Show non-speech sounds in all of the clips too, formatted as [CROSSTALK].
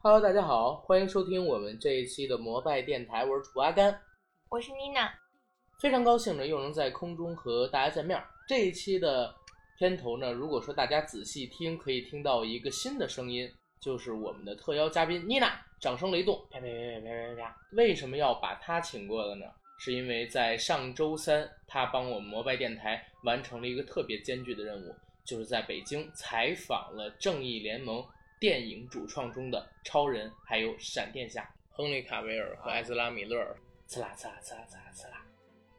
Hello，大家好，欢迎收听我们这一期的摩拜电台，我是楚阿甘，我是妮娜。非常高兴呢，又能在空中和大家见面儿。这一期的片头呢，如果说大家仔细听，可以听到一个新的声音，就是我们的特邀嘉宾妮娜，掌声雷动，啪啪啪啪啪啪啪。为什么要把她请过来呢？是因为在上周三，她帮我们摩拜电台完成了一个特别艰巨的任务，就是在北京采访了《正义联盟》电影主创中的超人，还有闪电侠亨利·卡维尔和艾兹拉·米勒尔。啊刺啦刺啦刺啦刺啦刺啦。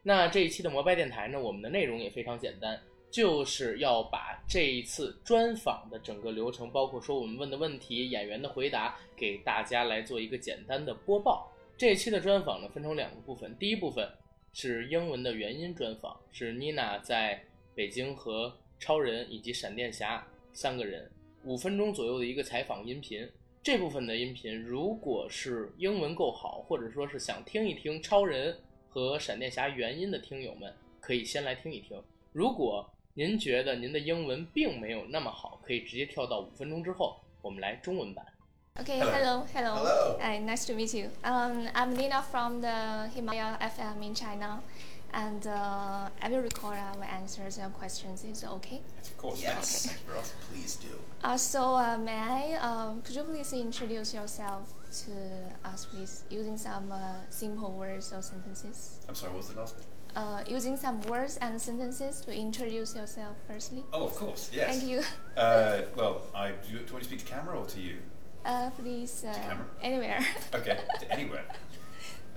那这一期的摩拜电台呢，我们的内容也非常简单，就是要把这一次专访的整个流程，包括说我们问的问题、演员的回答，给大家来做一个简单的播报。这一期的专访呢，分成两个部分，第一部分是英文的原音专访，是妮娜在北京和超人以及闪电侠三个人五分钟左右的一个采访音频。这部分的音频，如果是英文够好，或者说是想听一听超人和闪电侠原音的听友们，可以先来听一听。如果您觉得您的英文并没有那么好，可以直接跳到五分钟之后，我们来中文版。 Okay, Hello. hello, hello. Hello. Hi, nice to meet you. Um, I'm Nina from the Himalaya FM in China, and uh, I will record our answers and questions. Is it okay? Of course. Yes, please do. Uh, so, uh, may I? Um, could you please introduce yourself to us, please, using some uh, simple words or sentences? I'm sorry, what was the last bit? Uh, using some words and sentences to introduce yourself firstly. Oh, of course, yes. Thank you. [LAUGHS] Uh, well, I, do, you, do you want to speak to camera or to you? Uh, please, uh, camera. anywhere. Okay, to anywhere.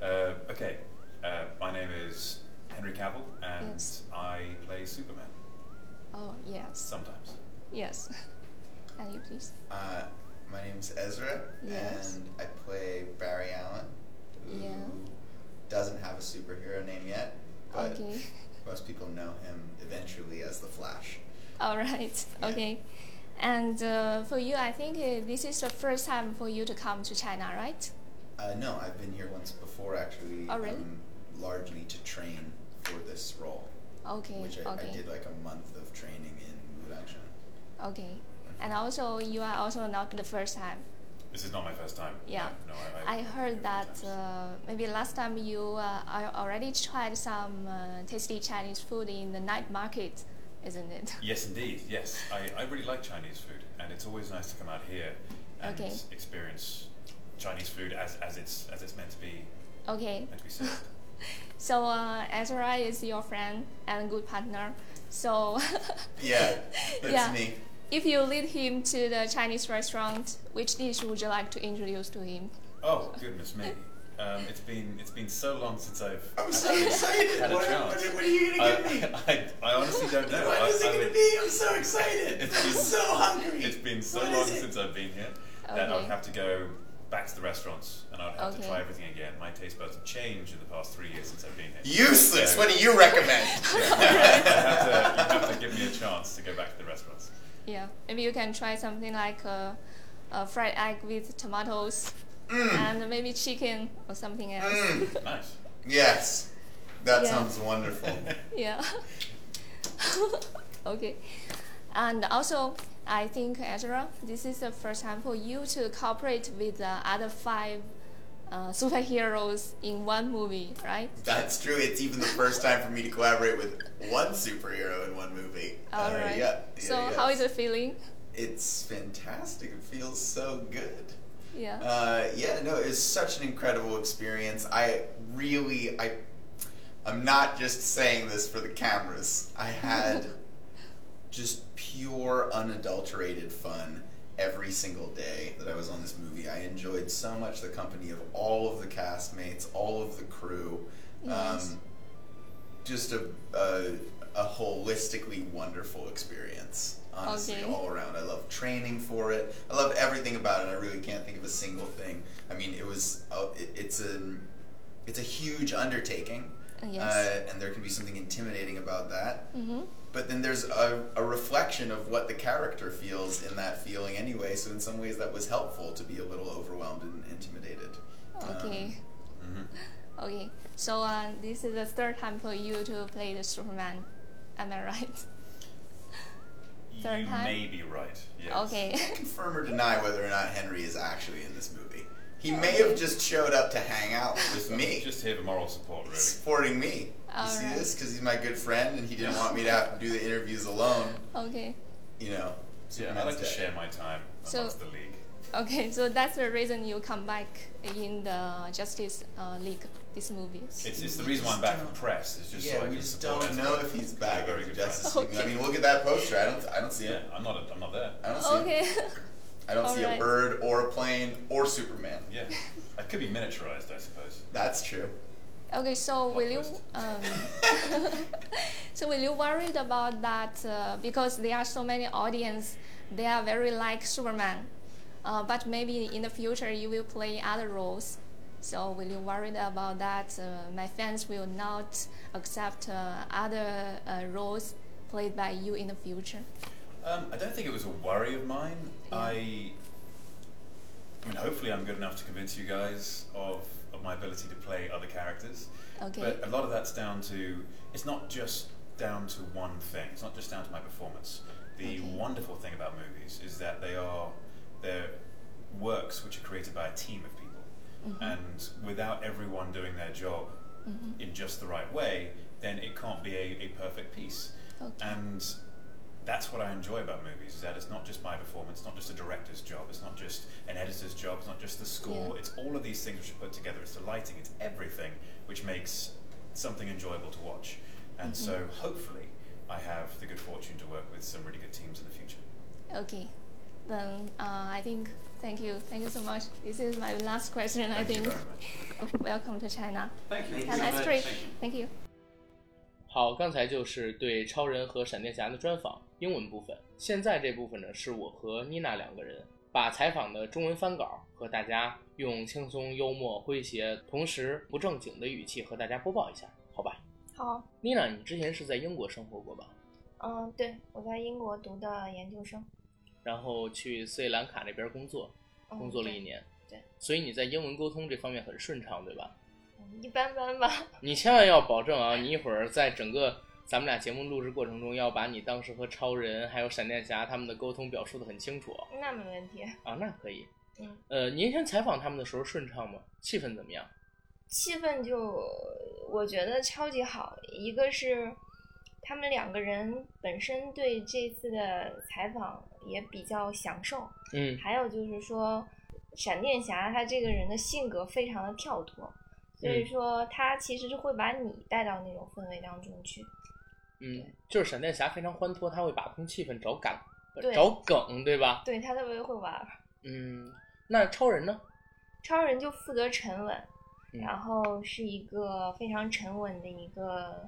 Uh, okay, uh, my name is Henry Cavill, and Yes. I play Superman [LAUGHS] oh, yes. sometimes. Yes. [LAUGHS] And you, please. Uh, my name's Ezra, Yes. and I play Barry Allen, who Yeah. doesn't have a superhero name yet, but Okay. most people know him eventually as the Flash. All right. [LAUGHS] Yeah. Okay. And uh, for you, I think uh, this is the first time for you to come to China, right? Uh, no, I've been here once before, actually, Oh, really? um, largely to train for this role, Okay. which I, okay. I did like a month of training in Wudang. Okay. And also, you are also not the first time. This is not my first time. Yeah. No, I, I, I heard that uh, maybe last time you uh, I already tried some uh, tasty Chinese food in the night market, isn't it? [LAUGHS] Yes, indeed. Yes, I, I really like Chinese food, and it's always nice to come out here and Okay. experience Chinese food as, as it's as it's meant to be [LAUGHS] Okay. meant to be served. So uh, Ezra is your friend and good partner. So [LAUGHS] Yeah, that's Yeah. me. If you lead him to the Chinese restaurant, which dish would you like to introduce to him? Oh goodness me! Um, it's been it's been so long since I've. [LAUGHS] I'm Oh, so excited. Had a What, chance. what- what are you I, going to give me? I, I honestly don't know. I, What is I it going would- to be? I'm so excited. It's I'm been- so hungry. It's been so What long is it? since I've been here that I Okay. would have to go back to the restaurants and I'd have to Okay. try everything again. My taste buds have changed in the past three years since I've been [LAUGHS] here. Useless. What do you [LAUGHS] recommend? I have to, you have to give me a chance to go back to the restaurants. Yeah, maybe you can try something like a, a fried egg with tomatoes Mm. and maybe chicken or something else. Nice. Yes, that Yeah. sounds wonderful. [LAUGHS] Yeah. [LAUGHS] okay. And also, I think Ezra, this is the first time for you to cooperate with the other five uh, superheroes in one movie, right? That's true. It's even the first time for me to collaborate with one superhero in one movie. All Uh, right. Yeah. yeah, so, yeah. how is it feeling? It's fantastic. It feels so good. Yeah. Uh, yeah, no, it was such an incredible experience. I really, I, I'm not just saying this for the cameras. I had just pure, unadulterated fun every single day that I was on this movie. I enjoyed so much the company of all of the castmates, all of the crew. Nice. Um, just a, a, a holistically wonderful experience. Honestly, Okay. all around. I love training for it. I love everything about it. I really can't think of a single thing. I mean, it was uh, it, it's an it's a huge undertaking. Yes. Uh, and there can be something intimidating about that. mm-hmm. But then there's a, a reflection of what the character feels in that feeling anyway. So in some ways, that was helpful to be a little overwhelmed and intimidated. Um, Okay. Mm-hmm. Okay. So uh, this is the third time for you to play the Superman. Am I right? Third you time? may be right. Yes. Okay. [LAUGHS] confirm or deny whether or not Henry is actually in this movie. He may have just showed up to hang [LAUGHS] out with me, Oh, Just here for moral support, really. supporting me. You see Alright. this? Because he's my good friend and he didn't want me to have to do the interviews alone. okay. You know. Yeah, I Superman's like to dead. share my time So- amongst the league. Okay. So that's the reason you come back in the Justice uh, League, this movie. It's, it's the We reason why I'm just back in don't- the press. It's just yeah, so I we can just support don't it. know if he's back Very in good Justice friend. League. I mean, look at that poster. I don't, I don't see Yeah, him. I'm not. I'm not there. I don't see him. Okay. [LAUGHS] I don't see a Alright. bird or a plane or Superman. Yeah, I could be miniaturized, I suppose. That's true. okay. So will you twist. um, [LAUGHS] [LAUGHS] so will you worried about that uh, because there are so many audience, they are very like Superman, uh, but maybe in the future you will play other roles. So will you worried about that? Uh, my fans will not accept uh, other uh, roles played by you in the future. Um, I don't think it was a worry of mine. I, I mean, hopefully, I'm good enough to convince you guys of, of my ability to play other characters. Okay. But a lot of that's down to it's not just down to one thing. It's not just down to my performance. Okay. The wonderful thing about movies is that they are they're works which are created by a team of people, Mm-hmm. and without everyone doing their job in just the right way, then it can't be a, a perfect piece. Okay. And that's what I enjoy about movies is that it's not just my performance, it's not just a director's job, it's not just an editor's job, it's not just the score, Yeah. it's all of these things which are put together, it's the lighting, it's everything which makes something enjoyable to watch. And Mm-hmm. so hopefully I have the good fortune to work with some really good teams in the future. Okay. Then uh, I think thank you, thank you so much. This is my last question. I Thank you think. very much. Welcome to China. Thank you. Have a nice trip. Thank you. 好，刚才就是对超人和闪电侠的专访英文部分，现在这部分呢是我和妮娜两个人把采访的中文翻稿和大家用轻松、幽默、诙谐，同时不正经的语气和大家播报一下，好吧？好，妮娜，你之前是在英国生活过吧？嗯，对，我在英国读的研究生，然后去斯里兰卡那边工作，嗯工作了对一年。对对所以你在英文沟通这方面很顺畅，对吧？嗯一般般吧。你千万要保证啊，你一会儿在整个咱们俩节目录制过程中，要把你当时和超人还有闪电侠他们的沟通表述的很清楚那没问题，啊。那可以。嗯，呃，您先采访他们的时候顺畅吗？气氛怎么样？气氛就我觉得超级好。一个是他们两个人本身对这次的采访也比较享受，嗯还有就是说，闪电侠他这个人的性格非常的跳脱，所以嗯说他其实是会把你带到那种氛围当中去。嗯，就是闪电侠非常欢脱，他会把控气氛，找感，对找梗，对吧？对他特别会玩儿，嗯，那超人呢？超人就负责沉稳，嗯然后是一个非常沉稳的一个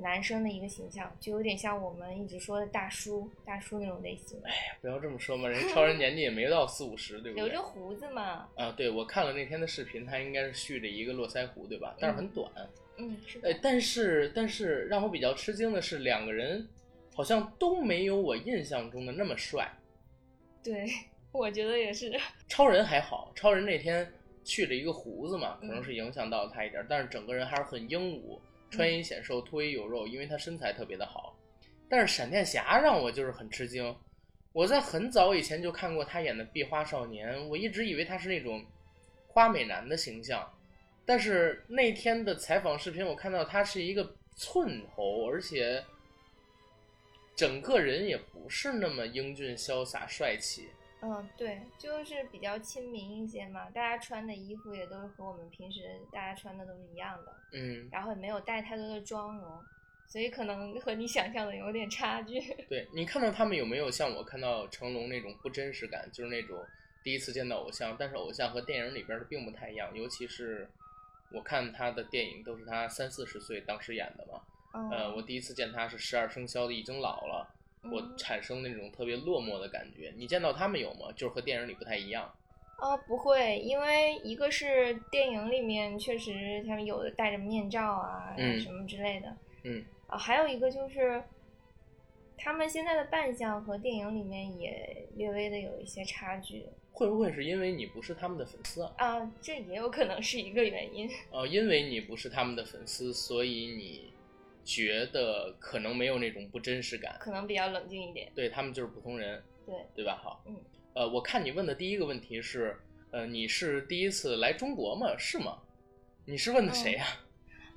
男生的一个形象，就有点像我们一直说的大叔大叔那种类型的，不要这么说嘛，人家超人年纪也没到四五十，对不对？留着胡子嘛，啊，对，我看了那天的视频，他应该是蓄着一个络腮胡，对吧？但是很短。嗯，是呃的，，但是但是让我比较吃惊的是，两个人好像都没有我印象中的那么帅。对， [LAUGHS] 我觉得也是，超人还好，超人那天蓄着一个胡子嘛，可能是影响到他一点，但是整个人还是很英武，穿衣显瘦，脱衣有肉，因为他身材特别的好。但是闪电侠让我就是很吃惊，我在很早以前就看过他演的《壁花少年》，我一直以为他是那种花美男的形象，但是那天的采访视频我看到他是一个寸头，而且整个人也不是那么英俊潇洒帅气。嗯，对，就是比较亲民一些嘛，大家穿的衣服也都是和我们平时大家穿的都是一样的，嗯，然后也没有带太多的妆容，所以可能和你想象的有点差距。 [LAUGHS] 对你看到他们有没有像我看到成龙那种不真实感，就是那种第一次见到偶像，但是偶像和电影里边的并不太一样，尤其是我看他的电影都是他三四十岁当时演的嘛，嗯，呃，我第一次见他是十二生肖的，已经老了，我嗯产生那种特别落寞的感觉。你见到他们有吗？就是和电影里不太一样。哦，不会，因为一个是电影里面确实他们有的戴着面罩啊，嗯什么之类的，嗯，啊、还有一个就是他们现在的扮相和电影里面也略微的有一些差距会不会是因为你不是他们的粉丝啊？哦啊、这也有可能是一个原因。呃，因为你不是他们的粉丝，所以你觉得可能没有那种不真实感。可能比较冷静一点。对他们就是普通人，对对吧？好，嗯，呃，我看你问的第一个问题是，呃，你是第一次来中国吗？是吗？你是嗯问的谁呀、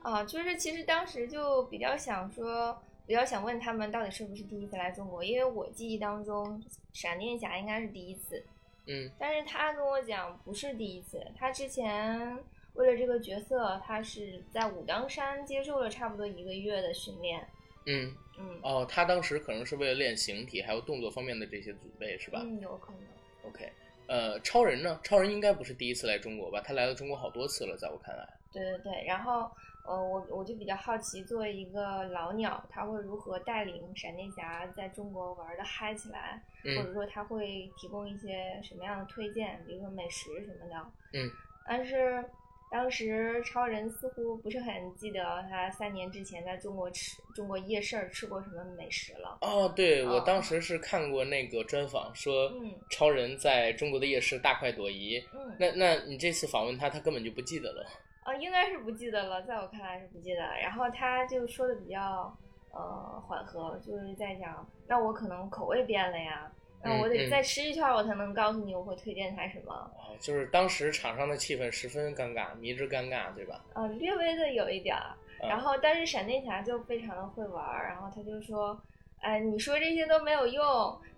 啊，就是其实当时就比较想说，比较想问他们到底是不是第一次来中国，因为我记忆当中闪电侠应该是第一次，嗯但是他跟我讲不是第一次，他之前为了这个角色，他是在武当山接受了差不多一个月的训练，嗯，嗯，哦，他当时可能是为了练形体还有动作方面的这些准备，是吧、嗯，有可能， o k 呃，超人呢？超人应该不是第一次来中国吧？他来了中国好多次了，在我看来。对对对，然后。呃，我我就比较好奇，作为一个老鸟，他会如何带领闪电侠在中国玩的嗨起来？或嗯者说他会提供一些什么样的推荐，比如说美食什么的。嗯，但是当时超人似乎不是很记得他三年之前在中国吃中国夜市儿吃过什么美食了。哦，对，我哦当时是看过那个专访，说嗯超人在中国的夜市大快朵颐。嗯，那那你这次访问他，他根本就不记得了。啊，应该是不记得了，在我看来是不记得。然后他就说的比较呃缓和，就是在讲，那我可能口味变了呀，那嗯我得嗯再吃一圈儿，我才能告诉你我会推荐他什么。啊，就是当时场上的气氛十分尴尬，迷之尴尬，对吧？呃，略微的有一点儿，嗯然后但是闪电侠就非常的会玩儿，然后他就说，哎，你说这些都没有用，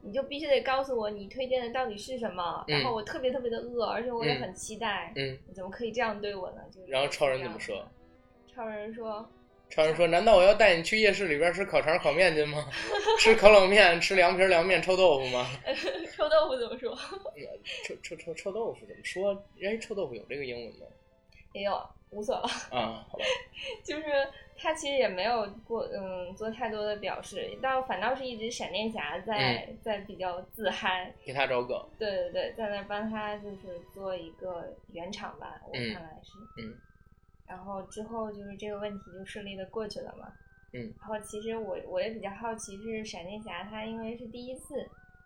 你就必须得告诉我你推荐的到底是什么，嗯然后我特别特别的饿，而且我也嗯很期待，嗯，你怎么可以这样对我呢？就是然后超人怎这样么说？超人说，超人说：“难道我要带你去夜市里边吃烤肠、烤面筋吗？ [LAUGHS] 吃烤冷面、吃凉皮儿、凉面、臭豆腐吗？ [LAUGHS] 臭豆腐怎么说？ [LAUGHS] 臭臭臭臭豆腐怎么说？哎，臭豆腐有这个英文吗？也有，无所谓， [LAUGHS] 啊，好吧，就是他其实也没有过，嗯，做太多的表示，但反倒是一直闪电侠在、嗯在比较自嗨，给他找梗。对对对，在那儿帮他就是做一个圆场吧，我嗯看来是。嗯然后之后就是这个问题就顺利的过去了嘛。嗯。然后其实我我也比较好奇，是闪电侠他因为是第一次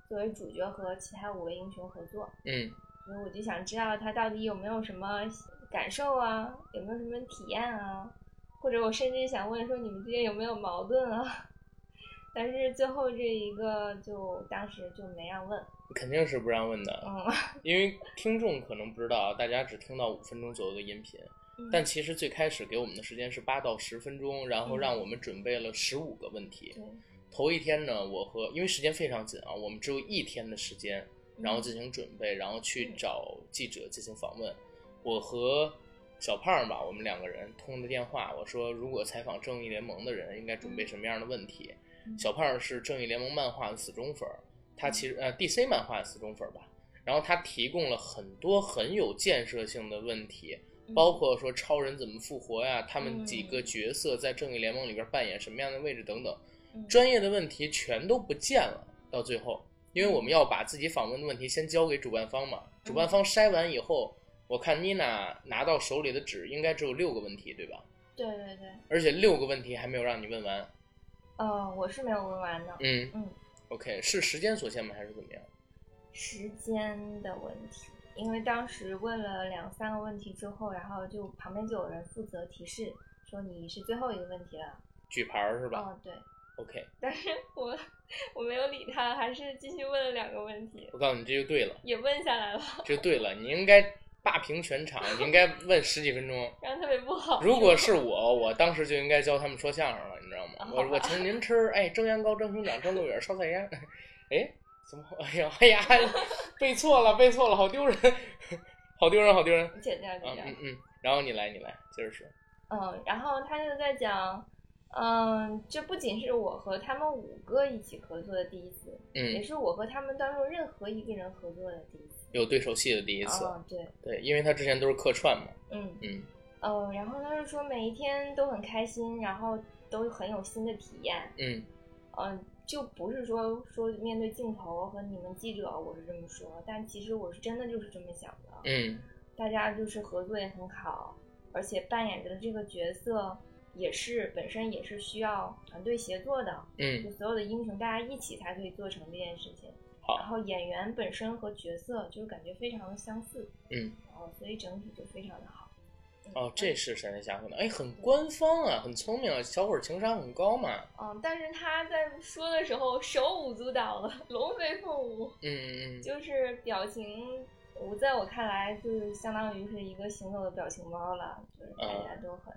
作为主角和其他五位英雄合作，嗯所以我就想知道他到底有没有什么感受啊，有没有什么体验啊，或者我甚至想问说你们之间有没有矛盾啊？ [LAUGHS] 但是最后这一个就当时就没让问，肯定是不让问的，嗯。 [LAUGHS] 因为听众可能不知道啊，大家只听到五分钟左右的音频，嗯但其实最开始给我们的时间是八到十分钟，然后让我们准备了十五个问题。对，头一天呢，我和因为时间非常紧啊，我们只有一天的时间，嗯然后进行准备，然后去找记者进行访问。我和小胖吧，我们两个人通的电话，我说如果采访正义联盟的人，应该准备什么样的问题？嗯小胖是正义联盟漫画的死忠粉儿，他其实呃 DC 漫画的死忠粉儿吧，然后他提供了很多很有建设性的问题，嗯包括说超人怎么复活呀，他们嗯几个角色在正义联盟里边扮演什么样的位置等等，嗯专业的问题全都不见了。到最后，因为我们要把自己访问的问题先交给主办方嘛，主办方筛完以后，我看妮娜拿到手里的纸应该只有六个问题，对吧？对对对，而且六个问题还没有让你问完。呃，我是没有问完的，嗯嗯，OK，是时间所限吗？还是怎么样？时间的问题，因为当时问了两三个问题之后，然后就旁边就有人负责提示说你是最后一个问题了，举牌儿是吧、哦对， o k 但是我我没有理他，还是继续问了两个问题，我告诉你，这就对了，也问下来了， [LAUGHS] 这就对了，你应该霸屏全场，你应该问十几分钟。然后特别不好，如果是我，我当时就应该教他们说相声了，你知道吗？哦我我请您吃，哎，蒸羊羔、蒸熊掌、蒸鹿尾儿、烧菜鸭，哎，怎么？哎呀，哎呀， [LAUGHS] 背错了，背错了，好丢人，好丢人，好丢人。剪掉啊剪，掉，嗯嗯，然后你来，你来，接着说。嗯，然后他就在讲。嗯，这不仅是我和他们五个一起合作的第一次，也嗯，是我和他们当中任何一个人合作的第一次。有对手戏的第一次，哦，对，对，因为他之前都是客串嘛。嗯嗯呃，然后他就说每一天都很开心，然后都很有新的体验。嗯嗯、就不是说说面对镜头和你们记者我是这么说，但其实我是真的就是这么想的。嗯大家就是合作也很好，而且扮演着这个角色也是本身也是需要团队协作的，就嗯，所有的英雄大家一起才可以做成这件事情。好，然后演员本身和角色就是感觉非常的相似，嗯，然后所以整体就非常的好。哦，这是闪电侠可能，哎，很官方啊，很聪明啊，小伙儿情商很高嘛。嗯，但是他在说的时候手舞足蹈了，龙飞凤舞，嗯嗯就是表情，我在我看来就是相当于是一个行走的表情包了，就是大啊家都很，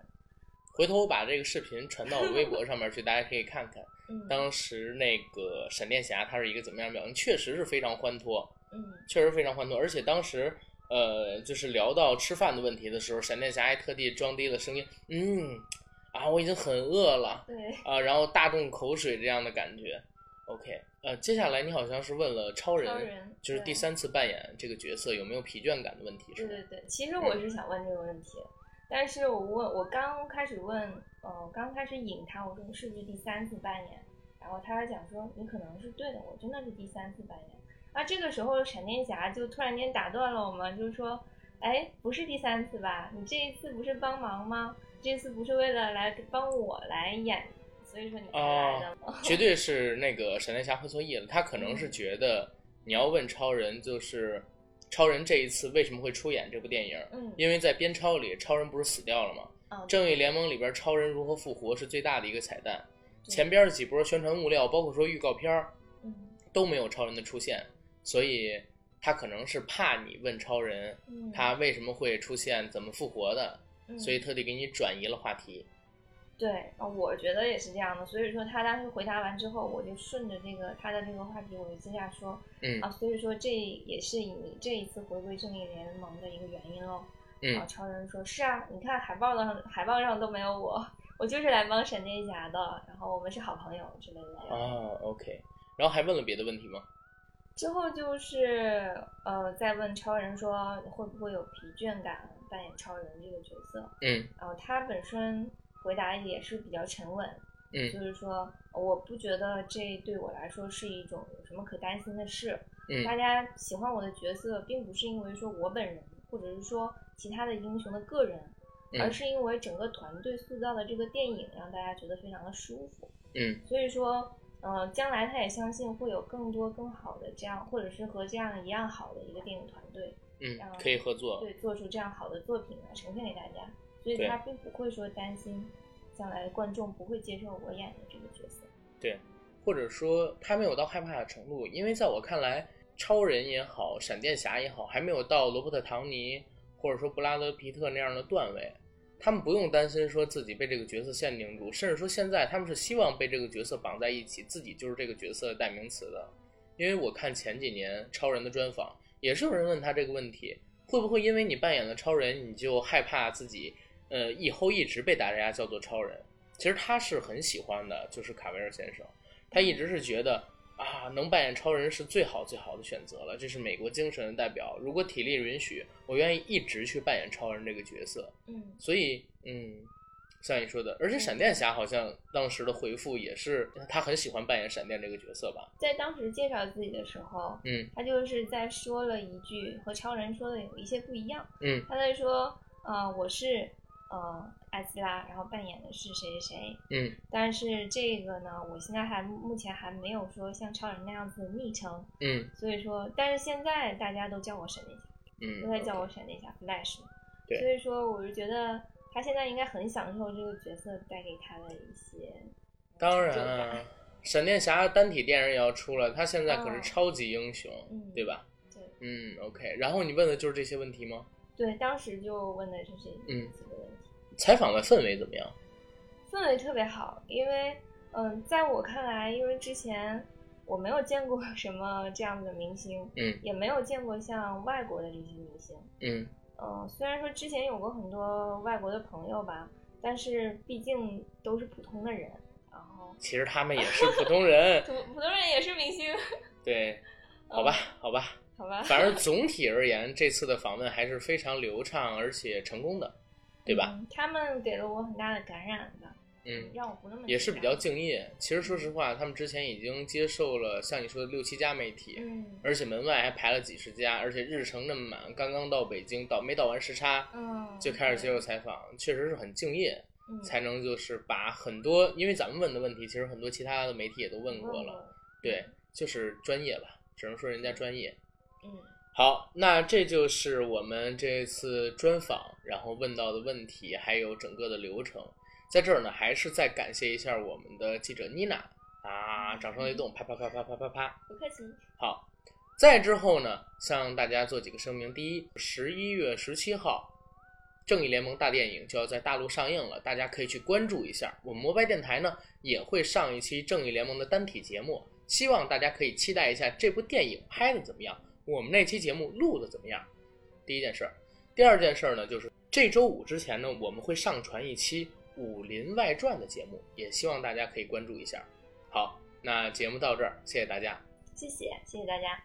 回头我把这个视频传到我微博上面去，大家可以看看嗯当时那个闪电侠他是一个怎么样的表情，确实是非常欢脱，嗯确实非常欢脱，而且当时。呃，就是聊到吃饭的问题的时候，闪电侠还特地装低了声音，嗯，啊，我已经很饿了对，啊、然后大众口水这样的感觉。OK，呃，接下来你好像是问了超人，超人就是第对三次扮演这个角色有没有疲倦感的问题，是对吗？对对，其实嗯我是想问这个问题，但是我问我刚开始问，呃，刚开始引他，我说你是不是第三次扮演？然后他讲说你可能是对的，我真的是第三次扮演。啊，这个时候闪电侠就突然间打断了我们，就是说，哎，不是第三次吧？你这一次不是帮忙吗？这次不是为了来帮我来演，所以说你才来的吗？绝对是那个闪电侠会错意了，他可能嗯是觉得你要问超人，就是超人这一次为什么会出演这部电影？嗯，因为在编超里，超人不是死掉了吗？啊，正义联盟里边超人如何复活是最大的一个彩蛋，对前边几波宣传物料，包括说预告片儿嗯都没有超人的出现，所以他可能是怕你问超人嗯，他为什么会出现、怎么复活的，嗯所以特地给你转移了话题。对，呃我觉得也是这样的。所以说，他当时回答完之后，我就顺着这个他的这个话题，我就接下说嗯啊，所以说这也是你这一次回归正义联盟的一个原因喽。嗯啊，超人说：“是啊，你看海报上海报上都没有我， [LAUGHS] 我就是来帮闪电侠的，然后我们是好朋友之类的。”哦，OK，然后还问了别的问题吗？之后就是呃，再问超人说会不会有疲倦感扮演超人这个角色，嗯然后呃他本身回答也是比较沉稳，嗯就是说，呃我不觉得这对我来说是一种有什么可担心的事。大嗯家喜欢我的角色，并不是因为说我本人，或者是说其他的英雄的个人，而嗯是因为整个团队塑造的这个电影让大家觉得非常的舒服。嗯，所以说，呃，将来他也相信会有更多更好的这样，或者是和这样一样好的一个电影团队，嗯，可以合作。对，做出这样好的作品来呈现给大家。所以对他并不会说担心将来观众不会接受我演的这个角色。或者说他没有到害怕的程度，因为在我看来，超人也好，闪电侠也好，还没有到罗伯特·唐尼或者说布拉德·皮特那样的段位，他们不用担心说自己被这个角色限定住，甚至说现在他们是希望被这个角色绑在一起，自己就是这个角色的代名词的。因为我看前几年超人的专访，也是有人问他这个问题，会不会因为你扮演了超人，你就害怕自己，呃，以后一直被大家叫做超人？其实他是很喜欢的，就是卡维尔先生。他一直是觉得啊，能扮演超人是最好最好的选择了，这是美国精神的代表。如果体力允许，我愿意一直去扮演超人这个角色。嗯，所以，嗯，像你说的，而且闪电侠好像当时的回复也是，他很喜欢扮演闪电这个角色吧？在当时介绍自己的时候，嗯他就是在说了一句和超人说的有一些不一样。嗯他在说，呃，我是呃艾斯拉，然后扮演的是谁谁谁。嗯但是这个呢，我现在还目前还没有说像超人那样子的昵称，嗯所以说，但是现在大家都叫我闪电侠，都在嗯，叫我闪电侠 Flash。对所以说，我就觉得他现在应该很享受这个角色带给他的一些。当然成就啊感，闪电侠单体电影也要出了，他现在可是哦超级英雄，嗯对吧？对嗯，OK。然后你问的就是这些问题吗？对，当时就问的就是嗯几个问题。采访的氛围怎么样？氛围特别好，因为嗯，在我看来，因为之前我没有见过什么这样的明星，嗯也没有见过像外国的这些明星。嗯嗯，虽然说之前有过很多外国的朋友吧，但是毕竟都是普通的人，然后其实他们也是普通人，普普通人也是明星，对，好吧，嗯好吧， [LAUGHS] 好吧？反正总体而言，这次的访问还是非常流畅而且成功的，对吧？嗯他们给了我很大的感染吧，嗯，让我不那么也是比紧较张敬业。其实说实话，他们之前已经接受了像你说的六七家媒体，嗯而且门外还排了几十家，而且日程那么满，刚刚到北京，到没到完时差嗯，就开始接受对采访，确实是很敬业，嗯才能就是把很多，因为咱们问的问题，其实很多其他的媒体也都问问过了，，对，就是专业吧，只能说人家专业。嗯好，那这就是我们这次专访，然后问到的问题，还有整个的流程。在这儿呢，还是再感谢一下我们的记者妮娜啊，掌声雷动，啪啪啪啪啪啪啪。不客气。好，再之后呢，向大家做几个声明。第一，十一月十七号，《正义联盟》大电影就要在大陆上映了，大家可以去关注一下。我们摩拜电台呢也会上一期《正义联盟》的单体节目，希望大家可以期待一下这部电影拍的怎么样，我们那期节目录的怎么样。第一件事儿，第二件事儿呢，就是这周五之前呢，我们会上传一期《武林外传》的节目，也希望大家可以关注一下。好，那节目到这儿，谢谢大家。谢谢，谢谢大家。